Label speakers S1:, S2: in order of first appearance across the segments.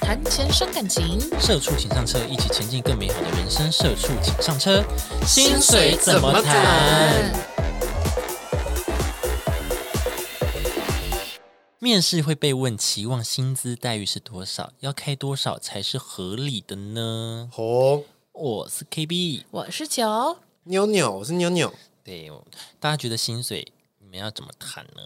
S1: 谈钱伤感情，
S2: 社畜请上车，一起前进更美好的人生。社畜请上车，薪
S1: 薪水
S2: 水
S1: 怎
S2: 怎
S1: 么
S2: 么
S1: 谈
S3: 哎
S2: 谈？？
S1: 嗯
S2: 面试会被问期望薪资待遇是多少，要开多少才是合理的呢？
S3: 哦，
S2: 我是 KB，
S1: 我是球，
S3: 妞妞，我是妞妞，
S2: 对，我大家觉得薪水你们要怎么谈呢？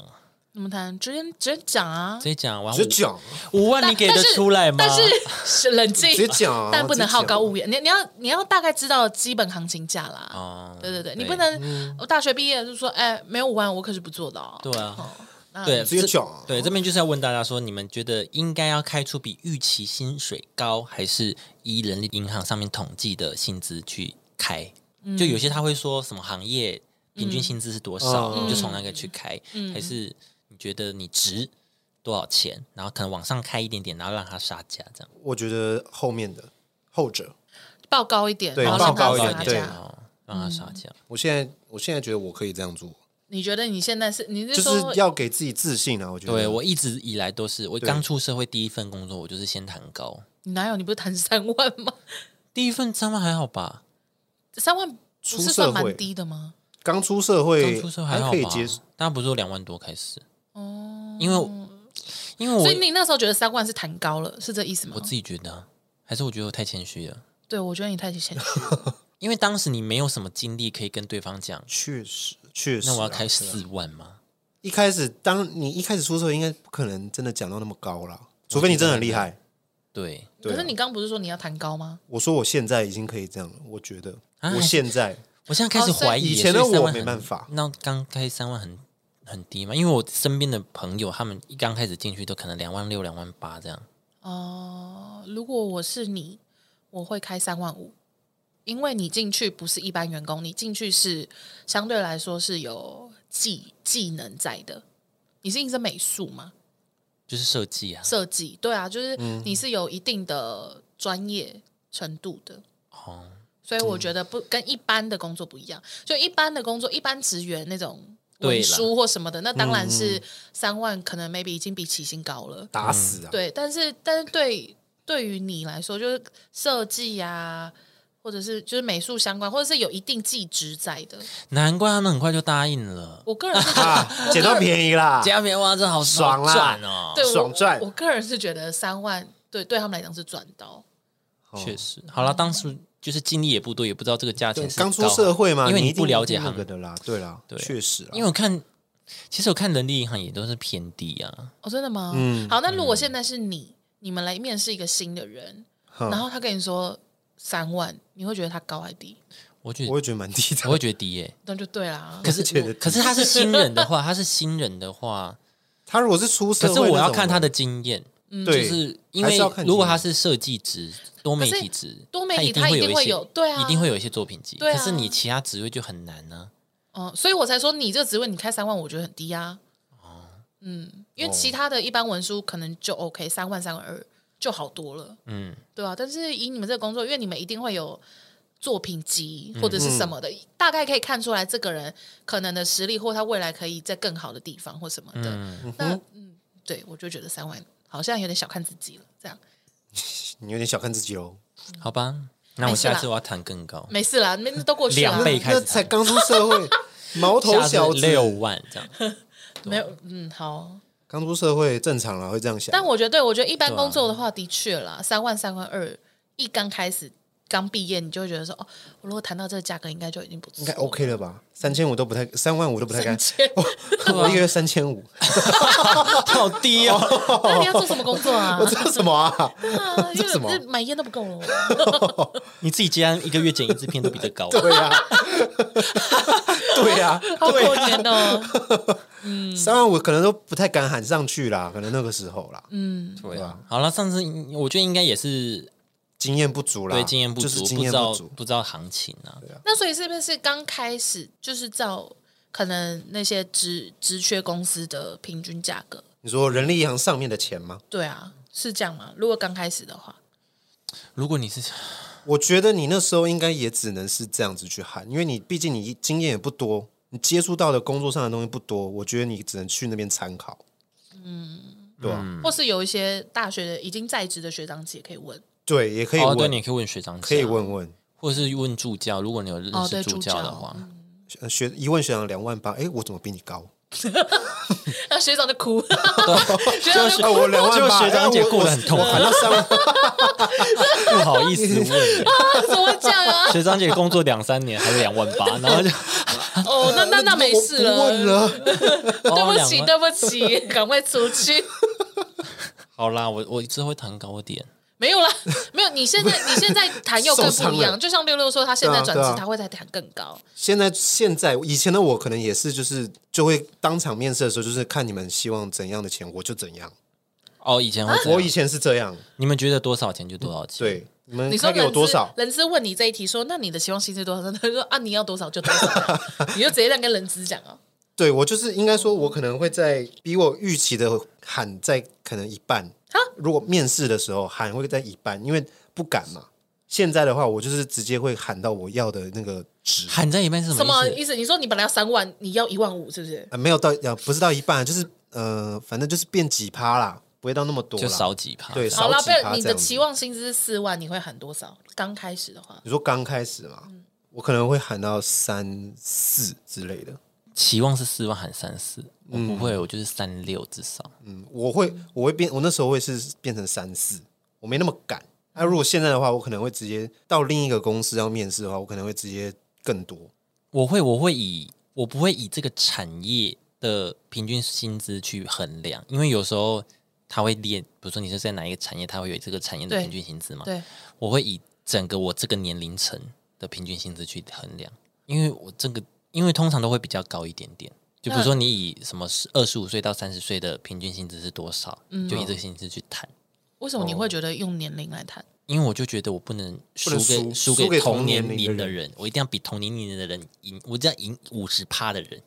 S1: 怎么谈？直接直接讲啊！
S2: 直接讲完
S3: 直接讲，啊
S2: 五五万，你给得出来吗？
S1: 但是是冷静，
S3: 直接讲啊
S1: 哎但不能
S3: 直接讲
S1: 好高骛远。你你要你要大概知道基本行情价啦。
S2: 哦
S1: 对对对，你不
S3: 嗯
S1: 能我大学毕业就说，哎，没有五万我可是不做的哦。
S2: 对啊，
S1: 那
S2: 对，
S3: 直接
S2: 这
S3: 讲啊
S2: 对，这边就是要问大家说，你们觉得应该要开出比预期薪水高，还是依人力银行上面统计的薪资去开？就有些他会说什么行业平均薪资是多少，
S3: 嗯
S2: 你就从那个去开，还是你觉得你值多少钱，然后可能往上开一点点，然后让它杀价这样。
S3: 我觉得后面的后者，
S1: 报高一点，
S3: 对
S1: 然后
S3: 报
S1: 让
S3: 高
S1: 他杀
S3: 一点对
S1: 价。
S2: 哦，让它杀价。
S3: 我现在我现在觉得我可以这样做，
S1: 你觉得你现在是你
S3: 就是
S1: 说
S3: 是要给自己自信啊！我觉得，
S2: 对我一直以来都是，我
S3: 对
S2: 刚出社会第一份工作，我就是先谈高，
S1: 你哪有？你不是谈三万吗？
S2: 第一份三万还好吧？
S1: 三万不是算蛮低的吗？
S3: 刚出社会，
S2: 刚出社会还好
S3: 可以
S2: 吧
S3: 接受，？
S2: 大家不是说两万多开始？
S1: 哦，
S2: 因为因为
S1: 所以
S2: 我
S1: 你那时候觉得三万是谈高了，是这意思吗
S2: 我？自己觉得啊，还是我觉得我太谦虚了，
S1: 对，我觉得你太谦虚了。
S2: 因为当时你没有什么经历可以跟对方讲，
S3: 确实确实啊。
S2: 那我要开四万吗？
S3: 一开始，当你一开始出社会，应该不可能真的讲到那么高啦，除非你真的很厉害。
S2: 对
S3: 对
S1: 可
S3: 啊
S1: 是你刚不是说你要谈高吗？
S3: 我说我现在已经可以这样了，我觉得、
S2: 啊
S3: 我现在
S2: 我现在开始
S1: 哦所以
S2: 怀疑耶，
S3: 以前的
S2: 所3
S3: 我
S2: 万
S3: 没
S2: 很
S3: 办法
S2: 那刚开三万很很低嘛，因为我身边的朋友他们一刚开始进去都可能两万六、两万八这样。
S1: 哦、如果我是你，我会开三万五，因为你进去不是一般员工，你进去是相对来说是有技技能在的。你是应征美术吗？
S2: 就是设计啊，
S1: 设计对啊，就是
S2: 嗯
S1: 你是有一定的专业程度的。
S2: 哦，
S1: 所以我觉得不跟一般的工作不一样，就一般的工作，一般职员那种
S2: 对
S1: 文
S2: 啦嗯
S1: 书或什么的，那当然是三万，可能 maybe 已经比起薪高了。
S3: 打死啊，
S1: 对，但是但是对对于你来说，就是设计啊，或者是就是美术相关，或者是有一定技职在的，
S2: 难怪他们很快就答应了。
S1: 我个人是觉 得，
S3: 啊，捡到便宜啦，
S2: 加棉哇，这好
S3: 爽啦
S2: 好赚哦！
S1: 对我
S3: 爽赚
S1: 我个人是觉得三万对对他们来讲是赚到，
S3: 哦
S2: 确实，好了，当时就是经历也不多，也不知道这个价
S3: 对
S2: 钱是
S3: 刚出
S2: 高
S3: 社会嘛，
S2: 因为
S3: 你
S2: 你
S3: 一定
S2: 不了解
S3: 那
S2: 行
S3: 个的啦，对啦，
S2: 对
S3: 确实啦，
S2: 因为我看，其实我看人力银行也都是偏低啊，
S1: 哦，真的吗？
S3: 嗯
S1: 好，那如果现在是你，你们来面试一个新的人，
S3: 哼
S1: 然后他跟你说三万，你会觉得他高还低？
S2: 我觉得
S3: 我会觉得蛮低的
S2: 我。会觉得低 耶、
S1: 那就对 啦。
S2: 可是
S3: 觉得
S2: 我
S3: 低
S2: 可是他是新人的话，他是新人的话，
S3: 他如果是出 社
S2: 可
S3: 会，
S2: 是我要看他的，经验，就
S3: 对，
S2: 是因
S3: 还
S2: 为
S3: 是要看经验
S2: 如果他是设计职、多媒体职，
S1: 多媒体
S2: 他
S1: 他
S2: 一
S1: 一
S2: 定
S1: 定
S2: 会
S1: 会
S2: 有
S1: 有
S2: 一些，
S1: 对啊
S2: 一定会有一些作品集。
S1: 对啊
S2: 可是你其他职位就很难啊呢、
S1: 嗯，所以我才说你这个职位你开三万，我觉得很低啊。
S2: 哦
S1: 嗯，因为其他的一般文书可能就 OK，三万三万二就好多了，
S2: 嗯，
S1: 对啊。但是以你们这个工作，因为你们一定会有作品集
S2: 嗯
S1: 或者是什么的，大概可以看出来这个人可能的实力，或他未来可以在更好的地方或什么的。那嗯，对我就觉得三万好像有点小看自己了，这样。
S3: 你有点小看自己哦。
S2: 好吧，那我
S1: 没事啦
S2: 下次我要谈更高，
S1: 没事啦，那都过去了。
S2: 两倍开
S3: 那
S2: 始
S3: 才刚出 社会，毛头
S2: 下
S3: 小
S2: 次
S3: 子，
S2: 六万这样。
S1: 没有，嗯，好。
S3: 刚出社会正常了，会这样想。
S1: 但我觉得，对我觉得一般
S2: 对啊
S1: 工作的话，的确啦，三万、三万二，一刚开始刚毕业，你就会觉得说，哦，我如果谈到这个价格，应该就已经不错，
S3: 应该 OK 了吧？三千五都不太，三万五都不太敢。 我我一个月三 千五，
S2: 好低哦！
S1: 那你要做什么工作啊
S3: 我？这什么啊？
S1: 啊，因
S3: 这什么
S1: 为买烟都不够了，
S2: 你自己接案一个月剪一支片都比这高，啊
S3: 对啊呀，对啊呀，
S1: 好可怜 哦。
S2: 嗯
S3: 三万五可能都不太敢喊上去啦，可能那个时候啦，
S2: 对
S3: 啊
S2: 啊。好了，上次我觉得应该也是
S3: 经验不足啦，
S2: 对经验不
S3: 就
S2: 足，
S3: 是经
S2: 不知
S3: 验
S2: 道
S3: 不足。
S2: 不知道行情啊。
S1: 那所以是不是刚开始就是照可能那些职职缺公司的平均价格？
S3: 你说人力银行上面的钱吗？
S1: 对啊，是这样吗？如果刚开始的话，
S2: 如果你是
S3: 我觉得你那时候应该也只能是这样子去喊，因为你毕竟你经验也不多，你接触到的工作上的东西不多，我觉得你只能去那边参考。对啊吧？
S1: 或是有一些大学的已经在职的学长姐可以问。
S3: 对，也可以
S2: 哦，对，
S3: 问，
S2: 你也可以问学长姐，啊
S3: 可以，问问
S2: 或者是问助教，如果你有认
S1: 哦
S2: 识
S1: 对
S2: 助
S1: 助
S2: 教的
S1: 教
S2: 话，
S3: 呃学一问学长两万八，哎，我怎么比你高？
S1: 那学长就哭， 学长就
S2: 就
S1: 是哭
S3: 啊，我两万
S2: 就
S3: 八，
S2: 学长
S3: 哎
S2: 姐
S3: 我
S2: 过
S3: 我
S2: 得很痛苦
S3: 我喊到三万，
S2: 不好意思问。
S1: 怎么会这样啊？
S2: 学长姐工作两三年还是两万 八，然后就
S1: 哦，那那那没事
S3: 呃我不问
S1: 了，
S3: 了。
S1: 对
S2: 哦
S1: 不
S2: 两
S1: 起，
S2: 万
S1: 对不起， 赶快出 去。
S2: 好啦，我我之后会弹高点，
S1: 没有啦，没有。你现在你现在弹又更
S3: 受
S1: 不
S3: 伤
S1: 一
S3: 了
S1: 样，就像六六说，他现在转
S3: 对啊对
S1: 职
S3: 啊，
S1: 他会再弹更高。
S3: 现在现在以前的我可能也是，就是就会当场面试的时候，就是看你们希望怎样的钱，我就怎样。
S2: 哦，以前会这样
S3: 我以前是这样，
S2: 你们觉得多少钱就多少钱，，
S3: 对，你们
S1: 你说
S3: 开给
S1: 人
S3: 我
S1: 资
S3: 多少？
S1: 人资问你这一题说，那你的期望薪资多少？他说啊，你要多少就多少 啊，你就直接这样跟人资讲哦。
S3: 对我就是应该说，我可能会在比我预期的喊在可能一半
S1: 啊。
S3: 如果面试的时候喊会在一半，因为不敢嘛。现在的话，我就是直接会喊到我要的那个值，
S2: 喊在一半是
S1: 什
S2: 什
S1: 么
S2: 么意
S1: 意
S2: 思？
S1: 思？你说你本来要三万，你要一万五，是不是？
S3: 呃，没有到呃，不是到一半，就是呃，反正就是变几趴啦，不会到那么多啦。
S2: 就少几趴，
S3: 对
S2: 这样
S1: 好啦，
S3: 少几
S1: 不
S3: 趴
S1: 然你
S3: 这
S1: 的
S3: 样子
S1: 期望薪资是四万，你会喊多少？刚开始的话，
S3: 你说刚开始嘛，我可能会喊到三四之类的。
S2: 期望是四万喊三四，我不会，我就是三六至少。
S3: 嗯，我会我会变，我那时候会是变成三四，我没那么敢。那、如果现在的话，我可能会直接到另一个公司要面试的话，我可能会直接更多。
S2: 我会，我会以我不会以这个产业的平均薪资去衡量，因为有时候他会列，比如说你是在哪一个产业，他会有这个产业的
S1: 对
S2: 平均薪资嘛？
S1: 对，
S2: 我会以整个我这个年龄层的平均薪资去衡量，因为我这个，因为通常都会比较高一点点。就比
S1: 嗯
S2: 如说你以什么二十五岁到三十岁的平均薪资是多少，
S1: 嗯
S2: 就以这个薪资去谈。
S1: 为什么
S3: 哦
S1: 你会觉得用年龄来谈？
S2: 因为我就觉得我不能输
S3: 能
S2: 给
S3: 输
S2: 输
S3: 输给
S2: 同
S3: 同
S2: 年
S3: 年龄
S2: 龄
S3: 的
S2: 的
S3: 人
S2: 人，我一定要比同年龄的人赢，我只要赢五十趴的人。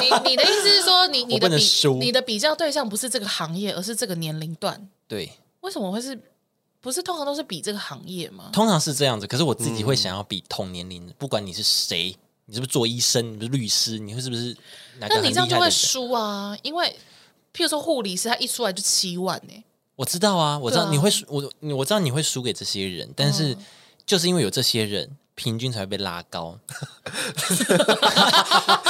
S1: 你你的意思是说， 你你
S2: 我
S1: 的
S2: 不能
S1: 比
S2: 输
S1: 你的比较对象不是这个行业，而是这个年龄段？
S2: 对，
S1: 为什么会是？不是通常都是比这个行业吗？
S2: 通常是这样子。可是我自己会想要比同年龄，不管你是谁，你是不是做医生，你是律师，你会是不是哪个
S1: 那
S2: 很
S1: 你
S2: 厉
S1: 这样就
S2: 害的
S1: 会
S2: 人？
S1: 输啊，因为譬如说护理师，他一出来就七万欸呢、
S2: 我知道啊，我知
S1: 对
S2: 道
S1: 啊嗯
S2: 你会输，我你我知道你会输给这些人，但是就是因为有这些人。平均才会被拉高，
S1: 啊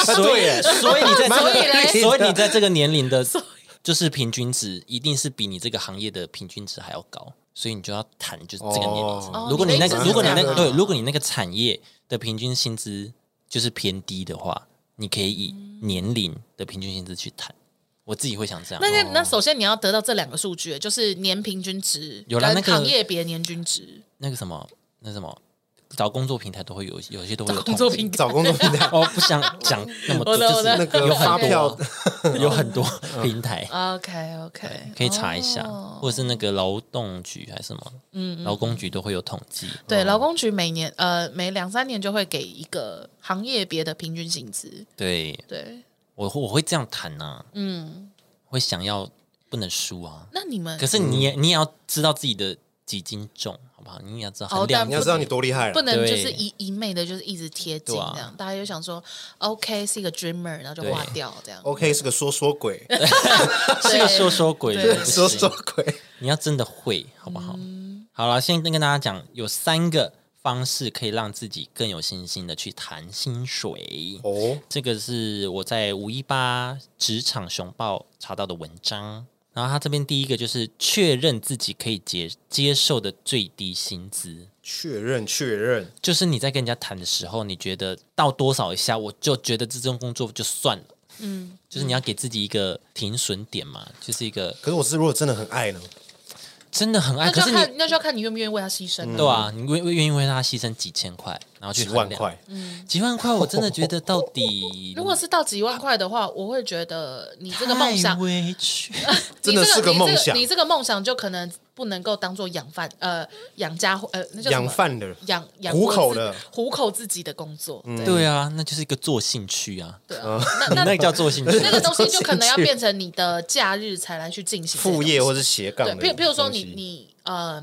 S2: 所以
S3: 耶
S2: 所以你在
S1: 所以
S2: 这个，
S1: 嘞
S2: 所以你在这个年龄的，就是平均值一定是比你这个行业的平均值还要高，所以你就要谈就是这个年龄层。
S3: 哦
S2: 如果你那个，
S1: 哦你的意思
S2: 如
S1: 是
S2: 果你那
S1: 这样
S2: 个
S1: 啊
S2: 对，如果你那个产业的平均薪资就是偏低的话，你可以以年龄的平均薪资去谈。我自己会想这样。
S1: 那那那首先你要得到这两个数据，欸就是年平均值
S2: 有啦那
S1: 跟
S2: 个
S1: 行业别年均值。
S2: 那个什么，那什么，找工作平台都会有，有些都会有
S1: 找工作
S2: 统计
S1: 平台
S3: 找工作平台
S2: 哦，不想讲那么多，
S1: 我的
S2: 就是
S1: 我的
S3: 那个
S2: 有
S3: 发
S2: 很
S3: 票
S2: 多，有很多平台
S1: OK OK，
S2: 可以查一下，
S1: 哦
S2: 或者是那个劳动局还是什么，嗯，劳工局都会有统计。
S1: 对，劳工局每年呃每两三年就会给一个行业别的平均薪资。
S2: 对
S1: 对，
S2: 我我会这样谈呐，
S1: 嗯，
S2: 会想要不能输啊，
S1: 那你们
S2: 可是你也你也要知道自己的几斤重，好不好？你也要知道
S1: 哦
S2: 衡量
S1: 但
S3: 你要知道你多厉害啊
S1: 不
S3: 了。
S1: 能
S2: 对
S1: 就是一一昧的，就是一直贴近
S2: 对啊
S1: 这样，大家就想说 OK 是一个 dreamer，然后就
S2: 对
S1: 划掉这样。
S3: OK，是个说说鬼，
S2: 是个说说鬼，
S1: 对
S2: 不行
S3: 说说鬼。
S2: 你要真的会，好不好？好了，现在跟大家讲，有三个方式可以让自己更有信心的去谈薪水。
S3: 哦，
S2: 这个是我在五一八职场熊报查到的文章。然后他这边第一个就是确认自己可以接接受的最低薪资，
S3: 确认确认，
S2: 就是你在跟人家谈的时候，你觉得到多少以下，我就觉得这份工作就算了。嗯，就是你要给自己一个停损点嘛，就是一个
S3: 可是我是如果真的很爱呢，
S2: 真的很爱，
S3: 啊
S1: 那
S2: 可
S1: 就是要
S2: 你
S3: 嗯
S1: 看，那就要看你愿不愿意为他牺牲了。
S2: 对啊，你愿愿意为他牺牲几千块，然后去
S3: 几
S2: 衡
S3: 万
S2: 量，
S3: 块，
S2: 几万块，我真的觉得到 底
S1: 如果是到几万块的话，我会觉得你这个
S2: 太
S1: 梦想，
S2: 委 屈，
S1: 你
S3: 真的
S1: 这
S3: 是个梦想
S1: 你这个你这个梦想就可能不能够当做养饭，呃，养家呃，那叫什么
S3: 养饭的，
S1: 养养
S3: 糊口
S1: 活
S3: 嗯
S1: 自
S3: 的
S1: 糊口自己的工作，对
S2: 对啊，那就是一个做兴趣啊，
S1: 对
S3: 嗯
S1: 啊，那
S2: 那
S1: 那
S2: 个叫做兴趣，
S1: 那个东西就可能要变成你的假日才来去进行这个
S3: 副
S1: 东西
S3: 业或是斜杠
S1: 对，
S3: 的东
S1: 譬
S3: 西。嗯
S1: 譬如说你你呃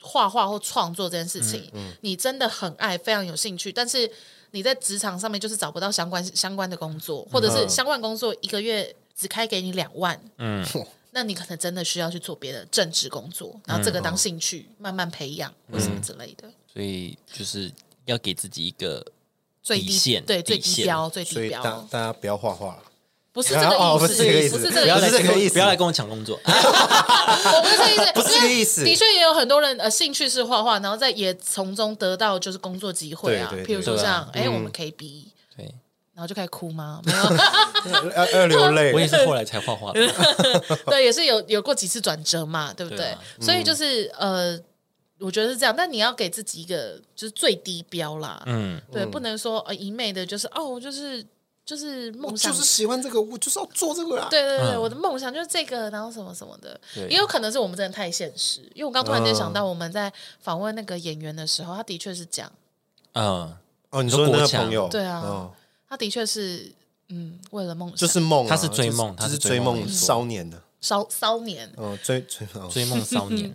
S1: 画画或创作这件事情，你真的很爱，非常有兴趣，但
S3: 嗯
S1: 是你在职场上面就是找不到相关相关的工作，或者是相关工作一个月只开给你两万，嗯，那你可能真的需要去做别的正职工作，然后这个
S3: 嗯哦
S1: 当兴趣、慢慢培养或什么之类的。
S2: 所以就是要给自己一个
S1: 最
S2: 底线
S1: 对最
S2: 底
S1: 低
S2: 线
S1: 标最
S3: 所
S1: 低
S3: 以大
S1: 标，
S3: 大家不要 画画了，
S1: 不是这个
S3: 哦
S1: 意
S3: 不
S1: 思，
S3: 是这个意思
S1: 不是
S2: 不要来
S3: 不是这个意思
S2: 不要来跟我抢工作，
S1: 我不是这个意思，
S3: 不是这个意思
S1: 因为的确也有很多人呃兴趣是画画，然后在也从中得到就是工作机会啊，
S3: 对对
S1: 譬如说
S2: 对
S1: 像
S2: 啊
S1: 哎、我们 KB，
S2: 对
S1: 然后就开始哭吗？没有，
S3: 要要流泪
S2: 我。也是后来才画画的，
S1: 对，也是有有过几次转折嘛，对不对？
S2: 对啊
S3: 嗯
S1: 所以就是、呃，我觉得是这样，但你要给自己一个就是最低标啦，
S2: 嗯，
S1: 对，不能说呃一昧的就是哦，我就是就是梦
S3: 我
S1: 想
S3: 就是喜欢这个，我就是要做这个啊啦。
S1: 对对对，我的梦想就是这个，然后什么什么的，
S2: 对
S1: 也有可能是我们真的太现实。因为我刚突然间
S3: 嗯
S1: 想到，我们在访问那个演员的时候，他的确是讲，
S2: 嗯，
S3: 哦，你说那
S2: 国
S3: 个
S2: 强
S3: 朋友，
S1: 对啊
S3: 哦
S1: 他的确是嗯，为了梦想，
S3: 就是梦啊，
S2: 他是追梦
S3: 就是
S2: 他
S3: 就是是
S2: 追
S3: 追
S2: 梦
S3: 梦少年的，
S1: 骚骚年。
S3: 哦，追追哦
S2: 追梦少年，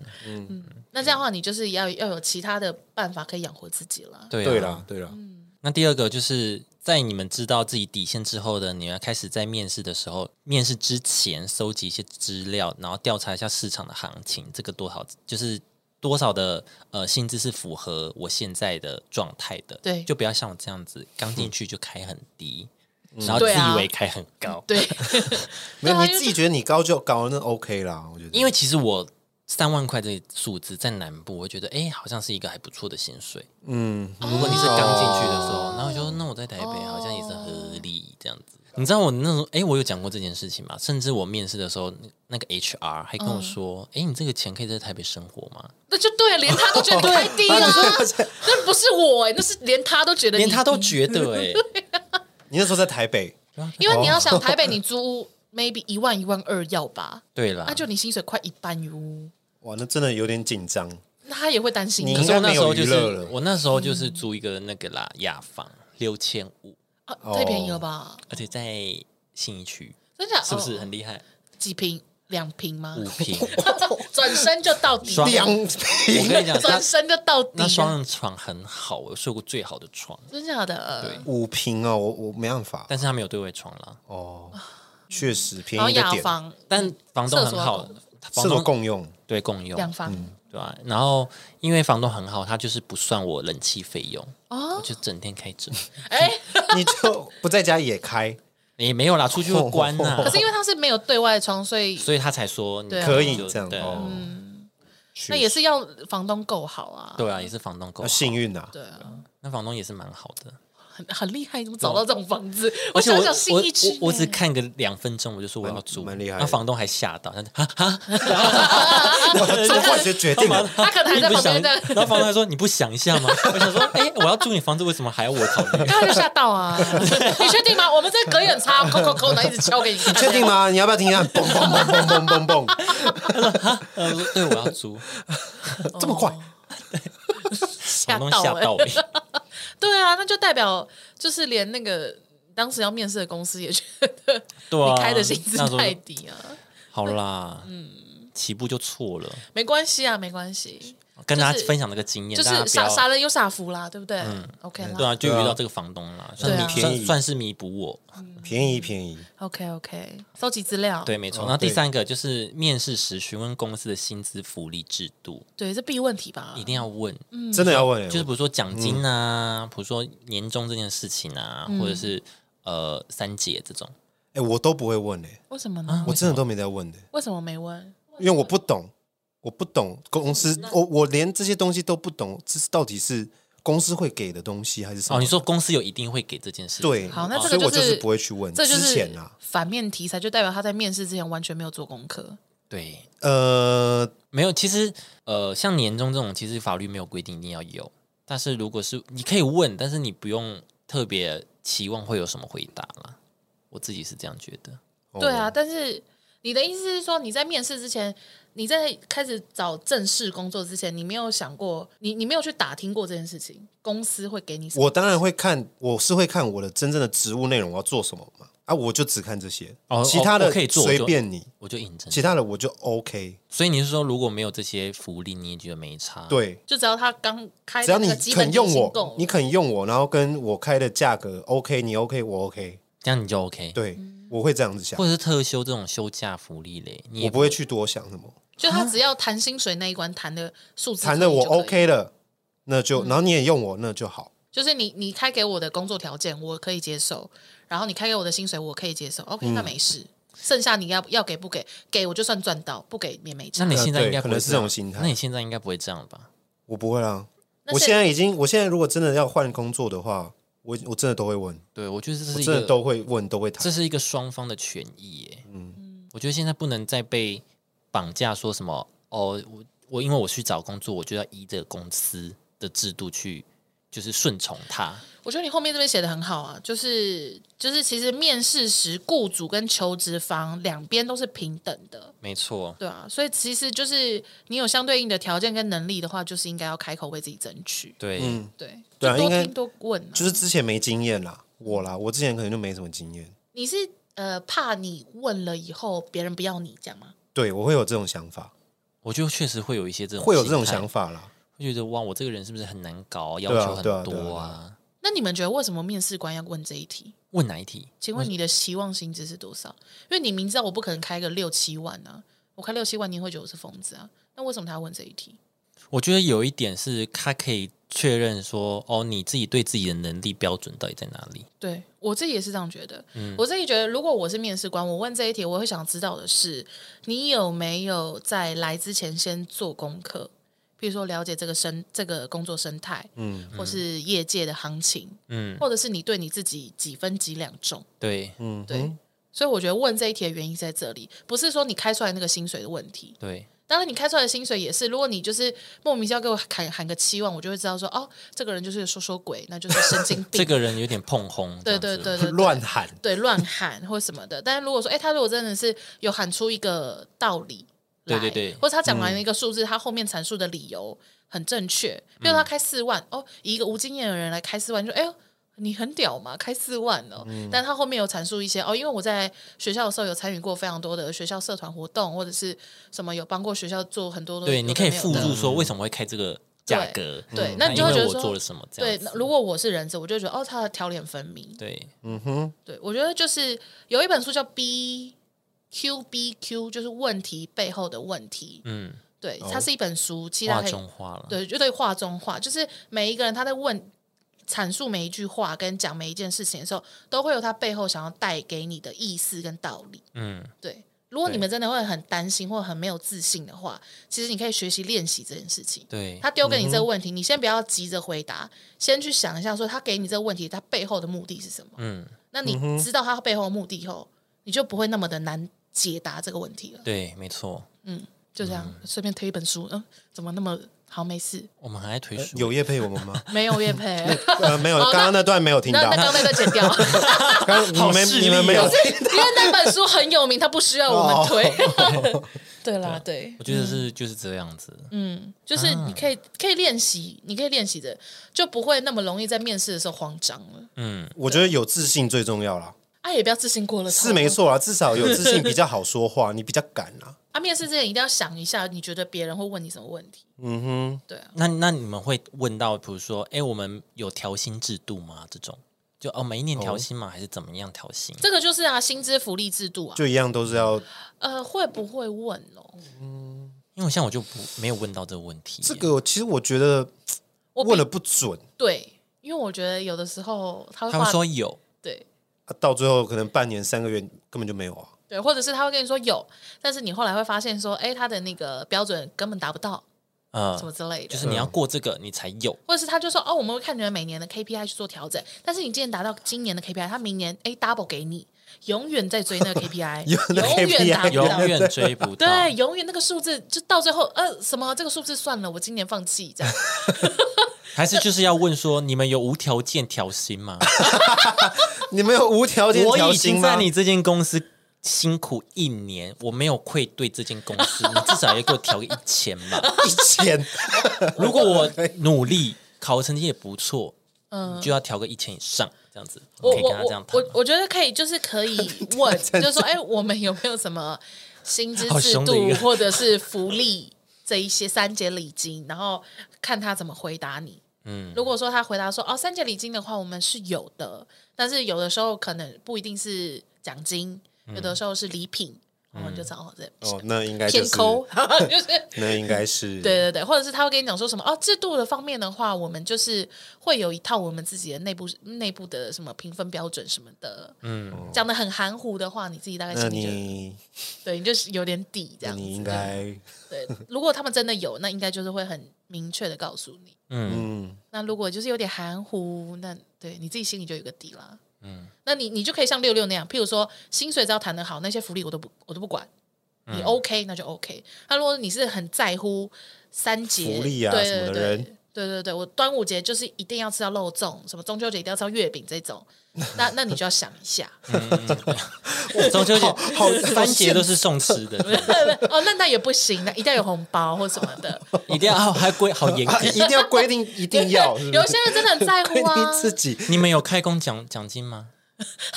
S1: 那这样的话，你就是要要有其他的办法可以养活自己了。
S2: 对啊
S3: 对啦，对啦，
S1: 嗯
S2: 那第二个就是在你们知道自己底线之后的，你要开始在面试的时候，面试之前搜集一些资料，然后调查一下市场的行情，这个多少就是多少的呃薪资是符合我现在的状态的。
S1: 对
S2: 就不要像我这样子，刚进去就开很低，然后自
S1: 对啊
S2: 以为开很高。
S1: 对， 对啊
S3: 没有你
S1: 因为
S3: 自己
S1: 这
S3: 觉得你高就高，那 OK 啦，我觉得。
S2: 因为其实我三万块这个数字在南部，我觉得哎、诶好像是一个还不错的薪水。
S3: 嗯，
S1: 啊
S2: 如果你是刚进去的时
S3: 哦
S2: 候，然后我就说那我在台北好像也是合理这样子。你知道我那时候，哎，我有讲过这件事情吗？甚至我面试的时候，那个 HR 还
S3: 嗯
S2: 跟我说，哎，你这个钱可以在台北生活吗？
S1: 那就对，啊连他都 觉得你太低了。啊那不是我哎、那是连他都觉得你
S2: 连他都
S1: 低，
S2: 觉得 哎，
S3: 你那时候在台北，
S1: 因为你要
S2: 哦
S1: 想台北你租 屋 maybe 一万一万二要吧，
S2: 对啦
S3: 啊
S1: 那、，就你薪水快一半哟，
S3: 哇，那真的有点紧 张。
S1: 那他也会担心
S3: 你
S2: 可
S1: 你
S2: 是我那时候就
S3: 应该没有娱乐
S2: 是
S3: 了嗯
S2: 我那时候就是租一个那个啦雅房六千五，
S1: 啊，太便宜了吧？
S2: 而且在信义区，
S1: 真假？
S2: 哦是不是
S1: 哦
S2: 很厉害？
S1: 几瓶？两瓶吗
S2: 五？平，
S1: 转身就到底，
S2: 双
S3: 两
S2: 我跟你讲，
S1: 转
S2: 他
S1: 身就到底
S2: 那。双人床很好，我睡过最好的床，
S1: 真假的？
S2: 对
S3: 五平哦，我我没办法
S2: 但是他没有对外窗啦。
S3: 哦，确实
S1: 然
S3: 便
S1: 后
S3: 宜的
S1: 雅
S3: 点，
S1: 房
S2: 但房东很好
S1: 厕所，
S2: 房
S3: 厕所
S2: 东
S3: 共用，
S2: 对共用
S1: 两房
S2: 对吧、然后因为房东很好，他就是不算我冷气费用，我
S1: 哦，
S2: 就整天开着，
S1: 哎，
S3: 你就不在家也开，
S2: 也没有啦，出去会关呐、
S1: 哦可是因为它是没有对外窗，所以
S2: 所以他才说 你
S1: 对啊嗯
S3: 可以
S2: 就
S3: 这样
S2: 对啊
S3: 哦。
S1: 那也是要房东够好啊。
S2: 对啊，也是房东够
S3: 要
S2: 好，
S3: 幸运呐，
S1: 对啊，
S2: 那房东也是蛮好的，
S1: 很很厉害，你怎么找到这种房子？
S2: 而且我
S1: 想想新
S2: 我
S1: 一区嗯
S2: 我，我只看个两分钟，我就说我要住，
S3: 蛮蛮厉害的
S2: 那房东还吓到，他说啊，
S3: 这快就决定了，
S1: 他可能还
S2: 你
S1: 在
S2: 不
S1: 旁
S2: 想，
S1: 边
S2: 然
S1: 的，
S2: 后房东还说你不想一下吗？我想说，哎、我要住你房子，为什么还要我考虑？
S1: 他就吓到 啊！你确定吗？我们这隔音很差，扣扣扣，然后一直敲给你看。
S3: 确定吗？你要不要听 一下？嘣嘣嘣嘣嘣嘣嘣，
S2: 呃，对， 我要 租，
S1: 哦
S3: 这么快？
S1: 吓
S2: 房东
S1: 到
S2: 吓
S1: 欸
S2: 到哎、
S1: 对啊，那就代表就是连那个当时要面试的公司也觉得
S2: 对啊，
S1: 你 开的薪资
S2: 那时候
S1: 太低啊。
S2: 好啦，嗯，起步就错了。
S1: 没关系啊，没关系，
S2: 跟大家分享这个经验，
S1: 就
S2: 大
S1: 是
S2: 家
S1: 傻
S2: 不要
S1: 傻人有傻福啦，对不对？OK
S2: 对
S1: 啦
S2: 啊，就遇到这个房东啦，算
S1: 对啊
S2: 弥算算是弥补我。
S3: 便宜便宜，
S1: ，OK OK，收集资料，
S2: 对，没错。
S3: 哦
S2: 然后第
S3: 对
S2: 三个就是面试时询问公司的薪资福利制度，
S1: 对，这必问题吧
S2: 一？定要问，
S1: 嗯
S3: 真的要问
S2: 就是
S3: 欸，
S2: 比如说奖金啊，比如说年终这件事情啊，或者
S1: 嗯
S2: 是呃三节这种。
S3: 哎，我都不会问哎，
S1: 为什么
S2: 啊
S1: 呢？
S3: 我真的都没在问的，
S1: 为什么没问？
S3: 因为我不懂，我不懂公司，我我连这些东西都不懂，这是到底是公司会给的东西还是什么？
S2: 哦，你说公司有一定会给这件事，，哦
S3: 对，
S1: 好那这个
S3: 所以我
S1: 就是
S3: 是不会去问。
S1: 这就
S3: 之
S1: 是
S3: 前啊，
S1: 反面题材，就代表他在面试之前完全没有做功课。
S2: 对，
S3: 呃，
S2: 没有，其实呃，像年终这种，其实法律没有规定一定要有，但是如果是你可以问，但是你不用特别期望会有什么回答啦。我自己是这样觉得，
S3: 哦
S1: 对啊，，但是你的意思是说，你在面试之前，你在开始找正式工作之前，你没有想过，你你没有去打听过这件事情，公司会给你什么？
S3: 我当然会看，我是会看我的真正的职务内容我要做什么嘛。啊，我就只看这些，
S2: 哦
S3: 其他的
S2: 我可以做我
S3: 随
S2: 就
S3: 便你，
S2: 我就引证
S3: 其。他的我就 OK。
S2: 所以你是说，如果没有这些福利，你也觉得没
S1: 啊
S2: 差？，
S3: 对，
S1: 就只要他刚开
S3: 只要
S1: 的
S3: 你
S1: 那个基本
S3: 肯
S1: 底
S3: 用
S1: 薪够
S3: 我，你肯用我，然后跟我开的价格 OK，你 OK，我 OK。
S2: 这样你就 OK。
S1: 嗯
S3: 对，我会这样子想
S2: 或，者是特休这种休假福利嘞，你也
S3: 我不会去多想什么。
S1: 就他只要谈薪水那一关谈的数字可以
S3: 谈的我
S1: 就可以嗯
S3: OK 了，那就然后你也用我，那就好。
S1: 就是你你开给我的工作条件我可以接受，然后你开给我的薪水我可以接受，OK，那
S3: 嗯
S1: 没事。剩下你要要给不给，给我就算赚到，不给也没
S2: 那
S1: 差。
S2: 你现在
S3: 呃对
S2: 应该不
S3: 可
S2: 会
S3: 能是
S2: 样
S3: 这种心态
S2: 那你现在应该不会这样吧？
S3: 我不会啦，
S1: 那
S3: 我
S1: 现
S3: 现在已经，我现在如果真的要换工作的话，我我真的都会问，
S2: 对，我觉得这
S3: 我
S2: 是一
S3: 真的
S2: 个，
S3: 都会问，都会谈
S2: 这。是一个双方的权益耶。嗯，我觉得现在不能再被绑架，说什么哦，我我因为我去找工作，我就要依着公司的制度去，就是顺从它。
S1: 我觉得你后面这边写的很好啊，就是就是其实面试时雇主跟求职方两边都是平等的，
S2: 没错，
S1: 对啊，所以其实就是你有相对应的条件跟能力的话，就是应该要开口为自己争取，
S2: 对，
S3: 嗯，
S1: 对，
S3: 对啊
S1: 就多
S3: 应该
S1: 听多问、啊，
S3: 就是之前没经验啦，我啦，我之前可能就没什么经验。
S1: 你是呃怕你问了以后别人不要你这样吗？
S3: 对，我会有这种想法，
S2: 我就确实会有一些这种
S3: 会有这种
S2: 心态
S3: 想，法啦。
S2: 会觉得哇，我这个人是不是很难搞，要
S3: 啊
S2: 求很
S3: 对啊对啊
S2: 多
S3: 对
S2: 啊？
S1: 那你们觉得为什么面试官要问这一题？
S2: 问哪一题？
S1: 请问你的期望薪资是多少？因为你明知道我不可能开个六七万啊，我开六七万你会觉得我是疯子啊，那为什么他要问这一题？
S2: 我觉得有一点是，他可以确认说，哦，你自己对自己的能力标准到底在哪里？
S1: 对我自己也是这样觉得。我自己觉得，如果我是面试官，我问这一题，我会想知道的是，你有没有在来之前先做功课？比如说了解这个生这个工作生态，嗯，或是业界的行情，
S2: 嗯，
S1: 或者是你对你自己几分几两重，
S2: 对
S3: 嗯，
S1: 对。所以我觉得问这一题的原因在这里，不是说你开出来那个薪水的问题。
S2: 对，
S1: 当然，你开出来的薪水也是，如果你就是莫名其妙给我喊喊个期望，我就会知道说，哦，这个人就是说说鬼，那就是神经病。
S2: 这个人有点碰轰，
S1: 对
S2: 这
S1: 对
S2: 样子
S1: 对对对，
S3: 乱喊，
S1: 对乱喊或什么的。但是如果说，哎、他如果真的是有喊出一个道理来，
S2: 对嗯对对
S1: 或者他讲完一个数字，他后面阐述的理由很正确，比如
S2: 嗯
S1: 他开四万，哦，以一个无经验的人来开四万，就哎呦。你很屌嘛，开四万哦！
S2: 嗯
S1: 但他后面有阐述一些哦，因为我在学校的时候有参与过非常多的学校社团活动，或者是什么有帮过学校做很多的。
S2: 对，
S1: 有的
S2: 你可以
S1: 没有
S2: 附
S1: 的嗯
S2: 注说为什么会开这个价格，
S1: 对
S2: 嗯
S1: 那你就会
S2: 因为
S1: 觉得
S2: 我
S1: 说
S2: 做了什么这
S1: 对
S2: 样，子，
S1: 如果我是人质，我就觉得哦，他的条理很分明。
S2: 对
S3: 嗯哼，
S1: 对，我觉得就是有一本书叫 B Q B Q，就是问题背后的问题。
S2: 嗯，
S1: 对，它是一本书，其实它
S2: 画
S1: 可以
S2: 中画了，
S1: 对，就对画中画，就是每一个人他在问、阐述每一句话跟讲每一件事情的时候，都会有他背后想要带给你的意思跟道理。
S2: 嗯，
S1: 对，如果
S2: 对
S1: 你们真的会很担心或很没有自信的话，其实你可以学习练习这件事情。
S2: 对，
S1: 他丢给你这个问题，你先不要急着回答，先去想一下，说他给你这个问题，他背后的目的是什么？
S2: 嗯，
S1: 那你知道他背后的目的以后，你就不会那么的难解答这个问题了。
S2: 对，没错，
S1: 就这样，顺便推一本书，嗯，怎么那么好？没事，？
S2: 我们还在推书，
S3: 呃有业配我们吗
S1: 没有叶佩，
S3: 呃，没有，
S1: 哦
S3: 刚刚那段没有听
S1: 那
S3: 到
S1: 那，刚刚那个剪掉，因
S3: 刚你
S2: 势
S3: 们你
S2: 利
S3: 们没
S2: 哦
S3: 有，
S1: 为那本书很有名，他不需要我们推。 对啦，对，
S2: 我觉得是就是这样子，
S1: 嗯，就是你可以可以练习，你可以练习着，就不会那么容易在面试的时候慌张了。
S2: 嗯，
S3: 我觉得有自信最重要啦，
S1: 啊，也不要自信过了头，
S3: 是没错啊，至少有自信比较好说话，你比较敢啊。
S1: 啊，面试之前一定要想一下，你觉得别人会问你什么问题？
S3: 嗯哼，
S1: 对啊，
S2: 那那你们会问到，比如说，哎，我们有调薪制度吗？这种。就哦，每一年调薪吗？还是怎么样调薪？
S1: 这个就是啊，薪资福利制度啊，
S3: 就一样都是要
S1: 呃，会不会问哦？
S2: 因为我像我就不没有问到这个问题耶。
S3: 这个，其实我觉得
S1: 我比
S3: 问了不准，
S1: 对，因为我觉得有的时候他会
S2: 他会
S1: 画
S2: 说有，
S1: 对
S3: 啊到最后可能半年三个月根本就没有啊。
S1: 对，或者是他会跟你说有，但是你后来会发现说，哎，他的那个标准根本达不到
S2: 呃
S1: 什，么之类的，
S2: 就是你要过这个你才有，
S1: 或者是他就说，哦，我们会看你们每年的 KPI 去做调整，但是你今年达到今年的 KPI，他明年哎 double 给你，永远在追那个 KPI，
S3: 那
S1: 永远达
S3: KPI
S1: 不
S2: 永
S1: 到。
S2: 远追不到。
S1: 对，永远那个数字就到最后，呃，什么这个数字算了，我今年放弃 这样。
S2: 还是就是要问说，你们有无条件调薪吗？
S3: 你们有无条件
S2: 我
S3: 调
S2: 已
S3: 薪
S2: 经在
S3: 吗？
S2: 你这间公司辛苦一年，我没有愧对这间公司，你至少也给我调个一千吧。
S3: 一 千，
S2: 如果我努力，考的成绩也不错，
S1: 嗯
S2: 嗯，就要调个一千以上，这样子。
S1: 我
S2: 可以
S1: 我
S2: 跟他这样
S1: 我
S2: 谈
S1: 我
S2: 吗。
S1: 我觉得可以，就是可以 问，就是说，哎，我们有没有什么薪资
S2: 好
S1: 制
S2: 凶的一
S1: 度
S2: 个
S1: 或者是福利这一些三节礼金，然后看他怎么回答你。嗯，如果说他回答说哦三节礼金的话，我们是有的，但是有的时候可能不一定是奖金，有的时候是礼品，
S2: 嗯
S1: 然后你就知道哦，这
S3: 哦，那应该就
S1: 偏
S3: 是，
S1: 抠， 就是
S3: 那应该 是
S1: 对对对，或者是他会跟你讲说什么哦，制度的方面的话，我们就是会有一套我们自己的内部内部的什么评分标准什么的，嗯，讲的很含糊的话，你自己大概
S3: 哦那
S1: 心里就
S3: 你
S1: 对，你就是有点底这
S3: 那
S1: 样子。
S3: 你应该
S1: 对，如果他们真的有，那应该就是会很明确的告诉你。
S3: 嗯，
S1: 那如果就是有点含糊，那对你自己心里就有个底啦。嗯，那你你就可以像六六那样，譬如说薪水只要谈得好，那些福利我都不我都不管，
S3: 嗯
S1: 你 OK 那就 OK。那如果你是很在乎三节
S3: 福利啊
S1: 对
S3: 什
S1: 对
S3: 么的
S1: 对
S3: 人
S1: 对对对，我端午节就是一定要吃到肉粽，什么中秋节一定要吃到月饼这种， 那那你就要想一下。
S2: 中秋节
S3: 好好
S2: 番节都是送吃的，
S1: 哦，那那也不行，那一定要有红包或什么的。
S2: 一定要还规好严格
S3: 啊。一定要规定， 一定要，是 不
S1: 有
S3: 是
S1: 些人真的很在
S3: 规
S1: 乎 啊
S3: 定，自己。
S2: 你们有开工奖奖金吗？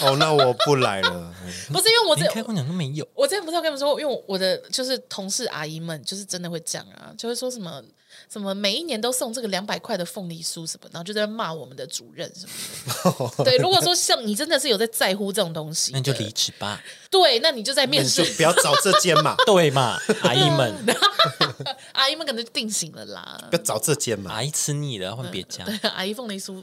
S3: 哦，那我不来了。嗯
S1: 不是因为我这
S2: 连开工奖都没有。
S1: 我之前不是有跟你们说，因为我的就是同事阿姨们，就是真的会这样啊，就会说什么什么每一年都送这个两百块的凤梨酥什么，然后就在骂我们的主任什么的。对，如果说像你真的是有在在乎这种东西，
S2: 那你就离。职吧，
S1: 对，那你就在
S3: 那
S1: 面
S3: 你
S1: 试
S3: 就不要找这间嘛，
S2: 对嘛，阿姨们，
S1: 阿姨们可能就定型了啦
S3: 不。要找这间嘛。
S2: 阿姨吃腻了，换别家。
S1: 对，啊阿姨凤梨酥，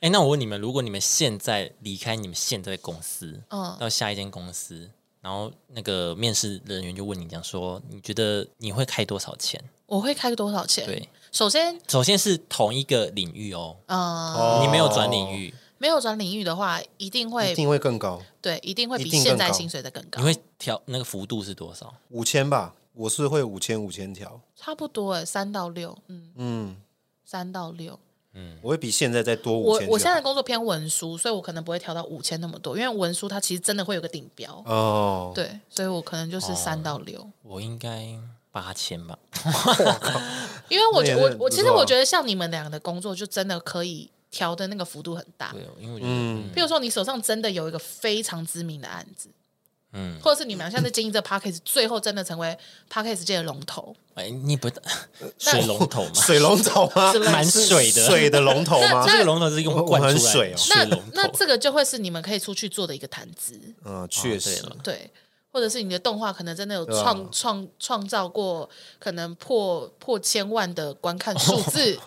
S2: 哎，那我问你们，如果你们现在离开你们现在的公司，
S1: 嗯
S2: 到下一间公司，然后那个面试人员就问你讲说，你觉得你会开多少钱？
S1: 我会开多少钱？
S2: 对，
S1: 首先，
S2: 首先是同一个领域哦，
S1: 呃，
S3: 哦
S2: 你没有转领域，
S1: 没有转领域的话，一定会
S3: 一定会更高，
S1: 对，一定会
S3: 一
S1: 比
S3: 定
S1: 现
S3: 更
S1: 在
S3: 高
S1: 薪水再更高
S2: 你。会调那个幅度是多少？
S3: 五千吧，我是会五千五千条。
S1: 差不多哎，三到六，嗯，
S3: 嗯，
S1: 三到六。
S3: 我会比现在再多五
S1: 我
S3: 千。
S1: 我现在的工作偏文书，所以我可能不会调到五千那么多，因为文书它其实真的会有个顶标，
S3: 哦，
S1: 对，所以我可能就是三到六、
S2: 我应该八千吧。
S1: 因为我觉
S3: 那也
S1: 我
S3: 是
S1: 我
S3: 不
S1: 其实
S3: 错啊
S1: 我觉得像你们两个的工作就真的可以调的那个幅度很大
S2: 对，，因为我觉得，嗯
S1: 譬如说你手上真的有一个非常知名的案子，
S2: 嗯，
S1: 或者是你们俩现在经营这 p a c k a g e 最后真的成为 p a c k a g e 界的龙头，
S2: 哎，你不水龙头嘛？
S3: 水龙头吗？
S1: 之类的
S2: 蛮
S3: 是
S2: 水的
S3: 水的龙头吗
S1: 那？
S2: 这个龙头是用灌出来的
S3: 我很水哦
S1: 那
S2: 水龙
S1: 那
S2: 头。
S1: 这个就会是你们可以出去做的一个谈资，
S3: 嗯，确实
S2: 哦对了
S1: 对，或者是你的动画可能真的有
S3: 啊
S1: 创、创创造过可能破破千万的观看数 字，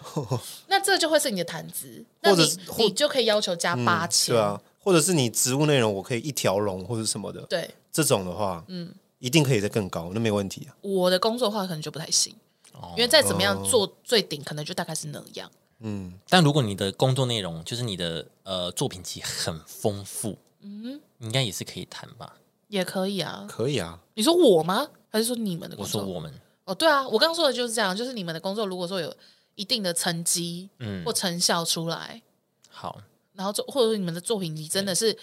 S1: 那这就会是你的谈资，那
S3: 或者
S1: 你
S3: 是或
S1: 你就可以要求加八千、
S3: 对啊，或者是你职务内容我可以一条龙或者什么的，
S1: 对
S3: 这种的话，嗯，一定可以再更高，那没问题啊。
S1: 我的工作的话可能就不太行，
S2: 哦
S1: 因为再怎么样做最顶，可能就大概是那样。
S3: 嗯，
S2: 但如果你的工作内容就是你的呃作品集很丰富，嗯，应该也是可以谈吧？
S1: 也可以啊，
S3: 可以啊，
S1: 你说我吗？还是说你们的工
S2: 我
S1: 作？
S2: 说我们，
S1: 哦，对啊，我刚刚说的就是这样，就是你们的工作如果说有一定的成绩
S2: 嗯
S1: 或，成效出来，
S2: 好，
S1: 然后做或者说你们的作品集真的是，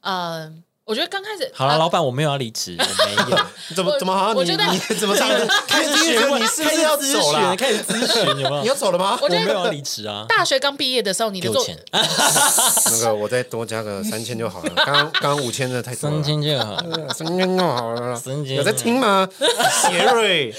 S1: 呃，我觉得刚开始
S2: 好了，
S1: 啊
S2: 老板，我没有要离职，我没有。
S3: 怎么
S1: 我
S3: 怎么好像
S1: 我
S3: 你
S1: 觉得
S3: 你 怎么这 样？开始觉得你是不是要走
S2: 了？
S3: 了？
S2: 开始咨询有没 有？
S3: 你要走了吗？
S2: 我没有要离职啊，
S1: 大学刚毕业的时候，你
S2: 给
S1: 的
S2: 我
S1: 作
S2: 钱，
S3: 那个我再多加个三千就好了，刚刚刚五千的太多
S2: 三
S3: 了。
S2: 千就好。
S3: 三千就好了啦
S2: 三千
S3: 有在听吗？杰瑞，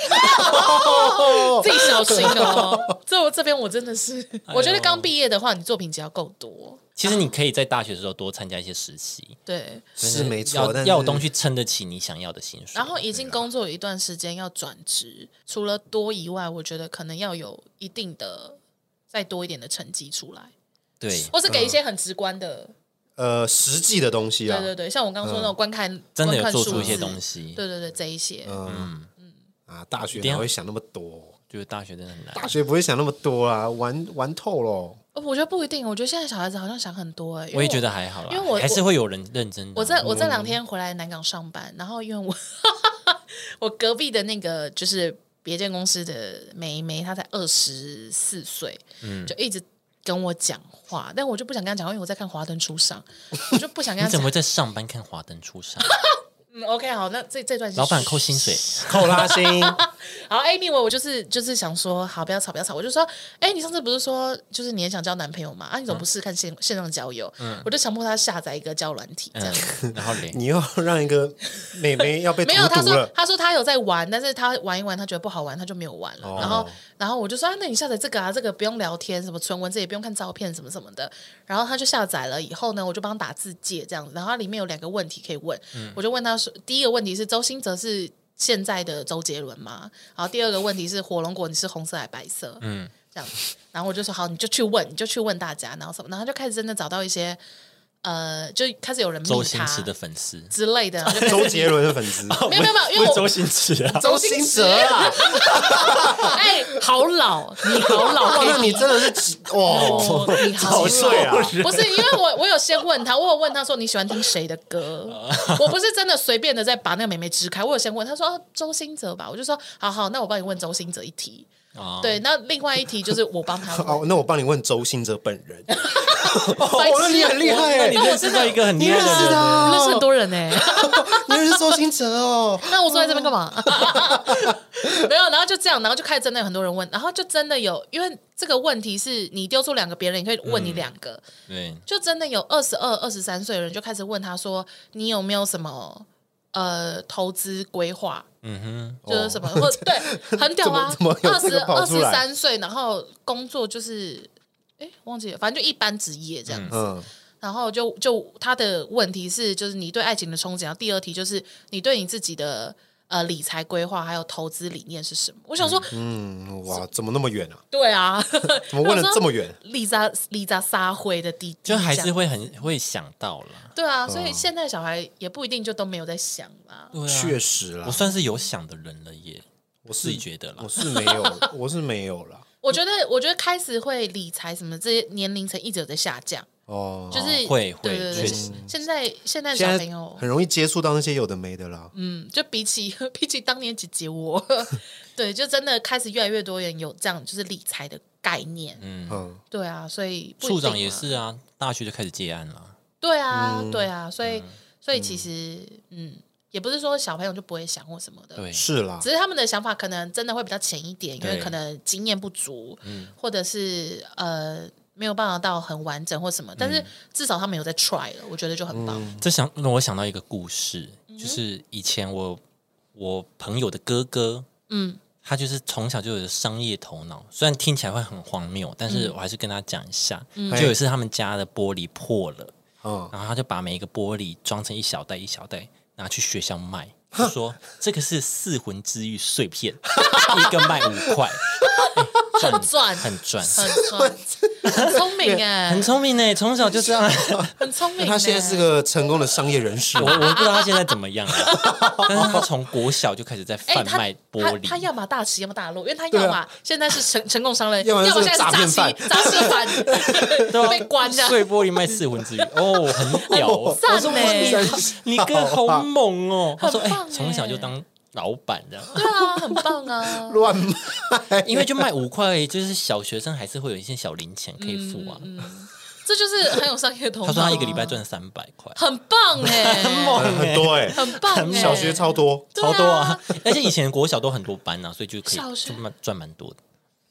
S1: 自己小 心
S2: 啊
S1: 哦。这我这边我真的是，
S2: 哎
S1: 我觉得刚毕业的话，你作品集要够多。
S2: 其实你可以在大学的时候多参加一些实习，
S1: 对，
S3: 是没错，
S2: 要
S3: 但是
S2: 要有东西撑得起你想要的薪水
S1: 然。后已经工作有一段时间要转职，除了多以外，我觉得可能要有一定的再多一点的成绩出来，
S2: 对，嗯
S1: 或是给一些很直观的，
S3: 呃实际的东西啊
S1: 对，对对，像我刚刚说那种观看，
S2: 嗯真的
S1: 观
S2: 有
S1: 看
S2: 做出
S1: 数
S2: 一些
S1: 字
S2: 东西。
S1: 对对对，这一些，
S3: 嗯啊，大学
S2: 一定
S3: 哪
S2: 要
S3: 会想那么多？
S2: 就是大学真的很难。
S3: 大学不会想那么多啦，玩玩透喽。
S1: 呃我觉得不一定，我觉得现在小孩子好像想很多哎、因为
S2: 我也觉得还好啦，
S1: 因为我
S2: 还是会有人认真的啊。
S1: 我这我这两天回来南港上班，然后因为我我 隔壁的那个就是别间公司的梅梅，她才二十四岁，
S2: 嗯
S1: 就一直跟我讲话，但我 就不想跟她讲话，因为我在看《华灯初上》，我就不想跟
S2: 你
S1: 她
S2: 怎
S1: 讲
S2: 么。会在上班看《华灯初上》？
S1: 嗯，OK，好，那这这段 是
S2: 老板扣薪水，
S3: 扣拉薪，
S1: 好，anyway，我就是就是想说，好，不要吵，不要吵。我就说，哎、你上次不是说，就是你也想交男朋友嘛？啊，你怎
S2: 嗯
S1: 么不试看线、线上交友？我就强迫他下载一个交友软体，这样。
S2: 嗯，然后嘞，
S3: 你又让一个妹妹要被荼
S1: 没有，他
S3: 毒
S1: 说
S3: 了，
S1: 他说他有在玩，但是他玩一玩，他觉得不好玩，他就没有玩了。
S3: 哦
S1: 然后然后我就说啊，那你下载这个啊，这个不用聊天，什么纯文字也不用看照片，什么什么的。然后他就下载了以后呢，我就帮他打字界这样子。然后它里面有两个问题可以问，我就问他说，第一个问题是周星哲是现在的周杰伦吗？然后第二个问题是火龙果你是红色还是白色？嗯，这样。然后我就说好，你就去问，你就去问大家，然后什么，然后他就开始真的找到一些。呃，就开始有人
S2: 周
S1: 密
S2: 星
S1: 他
S2: 驰的粉丝，
S1: 之类的，然后就
S3: 周杰伦的粉 丝，
S1: 没有没有没有，因为
S2: 不
S1: 我
S2: 是周星 驰啊，
S1: 周
S3: 星
S1: 星
S3: 驰
S1: 驰啊！哎，好老，你好老，
S3: 哇，那你
S1: Katie
S3: 真的是几哇，
S1: 哦你好
S3: 几岁
S1: 老。
S3: 啊？
S1: 不是，因为我我有先问他，我有问他说你喜欢听谁的 歌，我不是真的随便的在把那个妹妹支开，我有先问他说、啊、周兴哲吧，我就说好好，那我帮你问周兴哲一题，
S2: 哦，
S1: 对，那另外一题就是我帮他
S3: 哦
S1: 问，，
S3: 那我帮你问周星哲本人。
S1: 白
S3: 哦，
S1: 痴
S3: 那你很厉害
S2: 那
S3: 耶，
S2: 你认识到一个很厉害
S3: 你认
S2: 的
S3: 识
S2: 人欸，
S3: 啊
S1: 认识很多人呢、
S3: 你认识周星哲哦？
S1: 那我坐在这边干 嘛？没有，然后就这样，然后就开始真的有很多人问，然后就真的有，因为这个问题是你丢出两个，别人也可以问你两个，
S2: 对，
S1: 就真的有二十二、二十三岁的人就开始问他说：“你有没有什么呃投资规划？
S2: 嗯
S1: 就是什么？或 对，很屌啊
S3: 哦怎么！怎么有
S1: 二
S3: 这
S1: 十
S3: 个跑
S1: 二
S3: 出
S1: 十
S3: 来
S1: 三岁，然后工作就是哎忘记了，反正就一般职业这样子。
S3: 嗯，
S1: 然后就就他的问题是，就是你对爱情的憧憬，然后第二题就是你对你自己的呃理财规划还有投资理念是什么？我想说，
S3: 嗯，哇，怎么那 么远啊？
S1: 对啊，
S3: 怎么问了这么远？
S1: 丽扎丽扎撒灰的弟弟这
S2: 就
S1: 样，
S2: 还是会很会想到啦。
S1: 对啊，所以现在小孩也不一定就都没有在想啦。
S2: 对啊
S3: 确实啦
S2: 我，算是有想的人了耶，
S3: 我
S2: 自
S3: 是
S2: 己觉得啦
S3: 我。是没有， 我是没有啦。
S1: 我觉得，我觉得开始会理财什么这些年龄层一直有在下降，
S3: 哦，
S1: 就是
S2: 会会
S1: 对对对
S2: 确实，
S1: 现在现在小
S3: 现
S1: 朋
S3: 在
S1: 友，
S3: 很容易接触到那些有的没的啦。
S1: 嗯，就比起 比起当年姐姐我， 对，就真的开始越来越多人有这样就是理财的概念，
S3: 嗯，
S1: 对啊，所以不一定
S2: 处
S1: 啊
S2: 长也，是嗯啊，大学就开始接案了。
S1: 对啊，对啊，所以所以其实嗯，也不是说小朋友就不会想或什么的，
S2: 对，
S3: 是啦
S1: 只，是他们的想法可能真的会比较浅一点，因为
S2: 对
S1: 可能经验不足，或者是呃没有办法到很完整或什么，但是至少他们有在 try 了，我觉得就很棒。
S2: 这想让我想到一个故事，就是以前我我朋友的哥哥，
S1: 嗯
S2: 他就是从小就有商业头脑，虽然听起来会很荒谬，但是我还是跟他讲一下。就有一次他们家的玻璃破了，
S3: 嗯，
S2: 然后他就把每一个玻璃装成一小袋一小袋，拿去学校卖，就说这个是四魂之玉碎片，一个卖五块，哎赚
S1: 赚
S2: 很赚，
S1: 很聪很聪明哎、
S2: 很聪明呢，从小就这样。
S1: 很聪明、
S3: 那
S1: 欸。
S3: 他现在是个成功的商业人 士
S2: 我， 我不知道他现在怎么样了，但是他从国小就开始在
S1: 哎、
S2: 贩
S1: 他
S2: 卖玻
S1: 他
S2: 璃，
S1: 他要么大起，要么大落，因为他
S3: 对啊
S1: 要么现在是成成功商人，
S3: 要么
S1: 么
S3: 就是
S1: 现在是
S3: 诈骗
S1: 欺
S3: 犯
S1: 诈欺犯
S2: 对啊
S1: 被关这样
S2: 碎玻璃卖四魂之玉，哦，很屌哦，
S1: 赞
S3: 我
S1: 呢、
S3: 说
S1: 欸，
S2: 你哥好猛哦。他说，
S1: 很
S2: 哎
S1: 棒，欸
S2: 从小就当老板的，
S1: 对啊，很棒啊，
S3: 乱卖，
S2: 因为就卖五块，就是小学生还是会有一些小零钱可以付啊。
S1: 嗯这就是很有商业头脑啊、
S2: 他说他一个礼拜赚三百块，
S1: 很棒哎、
S2: 猛
S3: 很多哎，
S1: 很棒、欸，
S3: 小学超多，
S1: 对
S2: 超多啊！而且以前国小都很多班啊，所以就可
S1: 小
S2: 以
S1: 学
S2: 就蛮赚蛮多的，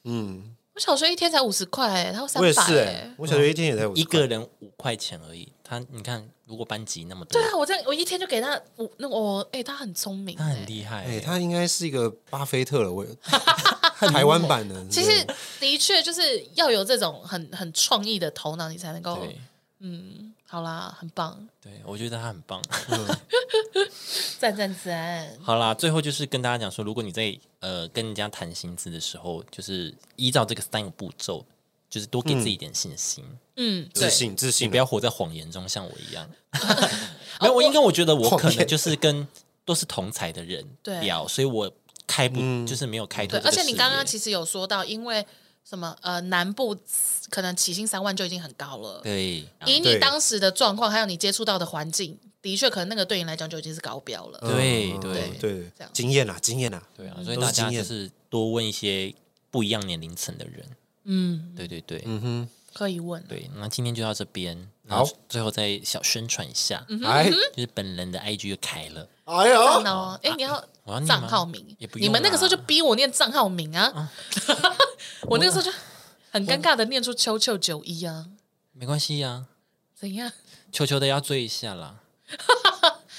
S3: 嗯，
S1: 我小学一天才五十块，哎，他三
S3: 我也
S1: 百、
S2: 欸
S3: 是哎，我小学一天也才五
S2: 嗯
S3: 十
S2: 一
S3: 块
S2: 个人五块钱而已。他你看，如果班级那么多
S1: 对，啊，我这样我一天就给他五，那我哎、他很聪明、
S2: 他很
S1: 哎
S2: 厉害
S3: 哎、
S2: 欸。
S3: 他应该是一个巴菲特 了，我台湾版的。
S1: 其实的确就是要有这种很很创意的头脑，你才能够
S3: 哦
S2: 对
S1: 好啦，很棒，
S2: 对，我觉得他很棒。
S1: 赞赞赞，
S2: 好啦，最后就是跟大家讲说，如果你在呃跟人家谈薪资的时候，就是依照这个三个步骤，就是多给自己一点信心，
S1: 嗯，
S3: 自
S1: 对，
S3: 信自
S2: 你
S3: 信，啊
S2: 不要活在谎言中，像我 一样。没有，
S1: 哦
S2: 我应该我觉得我可能就是跟都是同才的人
S1: 对
S2: 聊，所以我开不、
S3: 嗯
S2: 就是没有开拓
S1: 对，
S2: 这个
S1: 而
S2: 视野。
S1: 且你刚刚其实有说到，因为什么呃，南部可能起薪三万就已经很高了，
S2: 对，啊
S1: 以你
S3: 对
S1: 当时的状况，还有你接触到的环境，的确可能那个对你来讲就已经是高标了，
S2: 对
S3: 嗯
S2: 对
S3: 嗯对
S1: 这样
S3: 经验啊，经验啊，
S2: 对啊，所以
S3: 都是
S2: 大家
S3: 经
S2: 就
S3: 验
S2: 是多问一些不一样年龄层的人。
S1: 嗯，
S2: 对对对、
S3: 嗯哼，
S1: 可以问，
S2: 对，那今天就到这边。然后最后再小宣传一下，
S1: 嗯
S3: 哎
S2: 就是本人的 IG 又开了，
S3: 哎
S1: 赞
S3: 呦，
S1: 哦！哎，你要
S2: 我要念吗
S1: 账号名
S2: 也，不用
S1: 你们那个时候就
S2: 啦
S1: 逼我念账号名啊，我那个时候就很尴尬的念出秋秋九一啊，
S2: 没关系呀、
S1: 怎样？
S2: 球球的要追一下啦。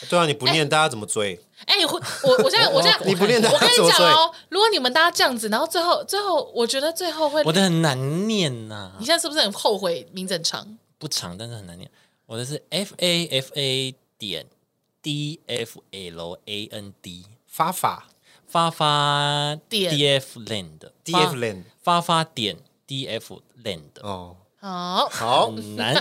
S3: 对啊，你不念大家怎么追？
S1: 哎，我我我现在我现在
S3: 你不念大
S1: 我
S3: 家
S1: 跟
S3: 怎
S1: 你
S3: 么
S1: 讲
S3: 追？
S1: 哦，如果你们大家这样子，然后最后最后，我觉得最后会
S2: 我，的很难念呐、
S1: 你现在是不是很后悔名正长？
S2: 不长，但是很难念。我的是 F A F A 点 D F L A N D
S3: 发法
S2: 发发
S1: 点
S2: D F Land
S3: D F Land
S2: 发发点 D F Land
S3: 哦，
S1: 好，
S3: 好，
S2: 很难，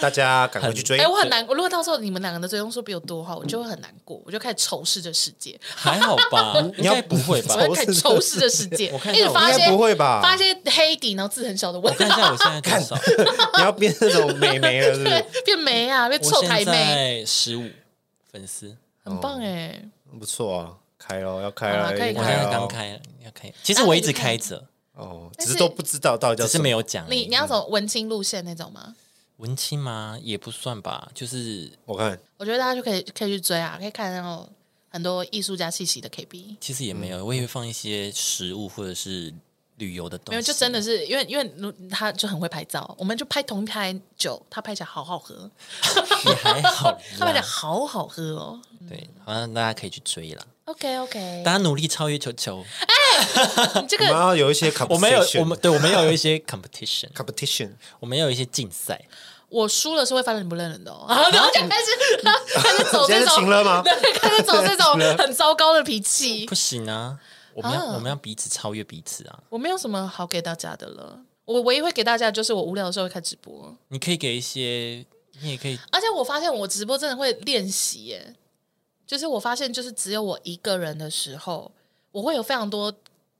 S3: 大家赶快去追
S1: 哎、。嗯我很难。如果到时候你们两个的追踪数比我多的话，我就会很难过，我就开始仇视这世界，
S2: 还好吧？应该不会吧
S1: 我？
S3: 要
S1: 会开始仇视这世界，
S2: 看一
S1: 一
S2: 下
S1: 直发一
S3: 应该
S1: 些
S3: 不会吧
S1: 发一些黑底，然后字很小的
S2: 我
S1: 文，
S2: 看一下我现在多少？
S3: 你要变那种美眉了，是不是？
S1: 对，变眉啊，变臭
S2: 我
S1: 台
S2: 现
S1: 妹，
S2: 在十五粉丝，
S1: 很
S3: 哦
S1: 棒哎、
S3: 不错啊，开喽，要开哦
S1: 好
S3: 了，
S1: 啦可以
S3: 已
S2: 我
S3: 经
S2: 现在
S3: 了
S2: 刚开，要开。其实我一直开着，
S3: 哦，
S1: 但
S3: 只
S1: 是
S3: 是都不知道到底叫
S2: 只是
S3: 什么
S2: 没有讲而已。
S3: 嗯
S1: 你你要走文青路线那种吗？
S2: 文青吗？也不算吧，就是
S3: 我看
S1: 我觉得大家就可以可以去追啊，可以看到很多艺术家气息的 KB。
S2: 其实也没有，我也会放一些食物或者是旅游的东西。
S1: 没有，就真的
S3: 哦啊
S1: 是因为因为如他就很会拍照，我们就拍同一拍酒，他拍起来好好喝，
S2: 也还 好啦
S1: 他拍起来好好喝哦。
S2: 对，好像大家可以去追啦，
S1: OK OK，
S2: 大家努力超越球球。
S1: 你这
S3: 我
S1: 个
S3: 们要有一些 competition，
S2: 我们有，我们对我们要有一 些 competition，
S3: competition，
S2: 我们要有一些竞赛。
S1: 我输了是会翻脸不认人的哦，然后然后 就开始开始走
S3: 啊现
S1: 这
S3: 在是
S1: 种
S3: 情了 吗？
S1: 对，开始走这种很糟糕的脾气
S2: 不。行啊，我们要、
S1: 啊
S2: 我们要彼此超越彼此啊！
S1: 我没有什么好给大家的了，我唯一会给大家的就是我无聊的时候会开直播，
S2: 你可以给一些，你也可以，
S1: 而且我发现我直播真的会练习耶，就是我发现就是只有我一个人的时候，我会有非常多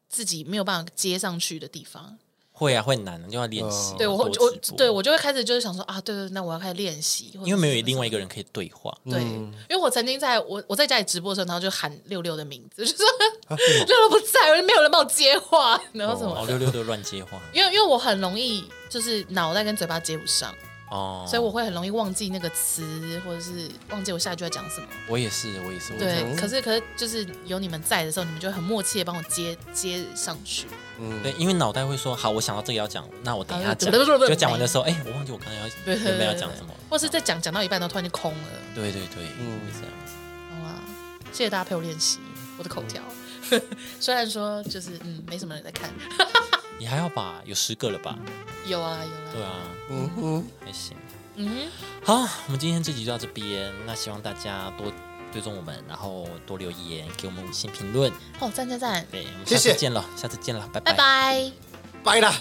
S1: 自己没有办法接上去的地方。
S2: 会啊，会难的，就要练习、
S1: 哦
S2: 啊
S1: 对我
S2: 哦多
S1: 会
S2: 直
S1: 我
S2: 播
S1: 对我就会开始就是想说啊，对对，对那我要开始练习，或者
S2: 因为没
S1: 是
S2: 有另外一个人可以对话，
S1: 对，因为我曾经在我我在家里直播的时候，然后就喊六六的名字， 就说六六不在，没有人帮我接话，然后什
S2: 哦，
S1: 么的。
S2: 六六的乱接话
S1: 因为因为我很容易就是脑袋跟嘴巴接不上，
S2: 哦，
S1: 所以我会很容易忘记那个词，或者是忘记我下一句要讲什么。
S2: 我也是，我也是，我也是
S1: 对，可是可是就是有你们在的时候，你们就会很默契的帮我接接上去。
S2: 对，因为脑袋会说，好，我想到这个要讲，那我等一下
S1: 啊
S2: 讲。
S1: 对对对对
S2: 就讲完的时候，哎，我忘记我刚才要
S1: 对
S2: 原本要讲什么。
S1: 或是在讲讲到一半，然后突然就空了。
S2: 对对对，会这样子。
S1: 好啦，谢谢大家陪我练习我的口条。 虽然说就是嗯，没什么人在看，
S2: 你还好吧？有十个了吧？
S1: 有啊有啊。
S2: 对啊，
S3: 嗯哼，
S2: 还行。
S1: 嗯
S2: 好，我们今天这集就到这边。那希望大家多追踪我们，然后多留言，给我们五星评论。
S1: 哼，哦，赞赞赞，
S2: 对，我们
S3: 谢
S2: 下
S3: 谢
S2: 次见了，下次见了，拜
S1: 拜拜。
S3: 拜啦。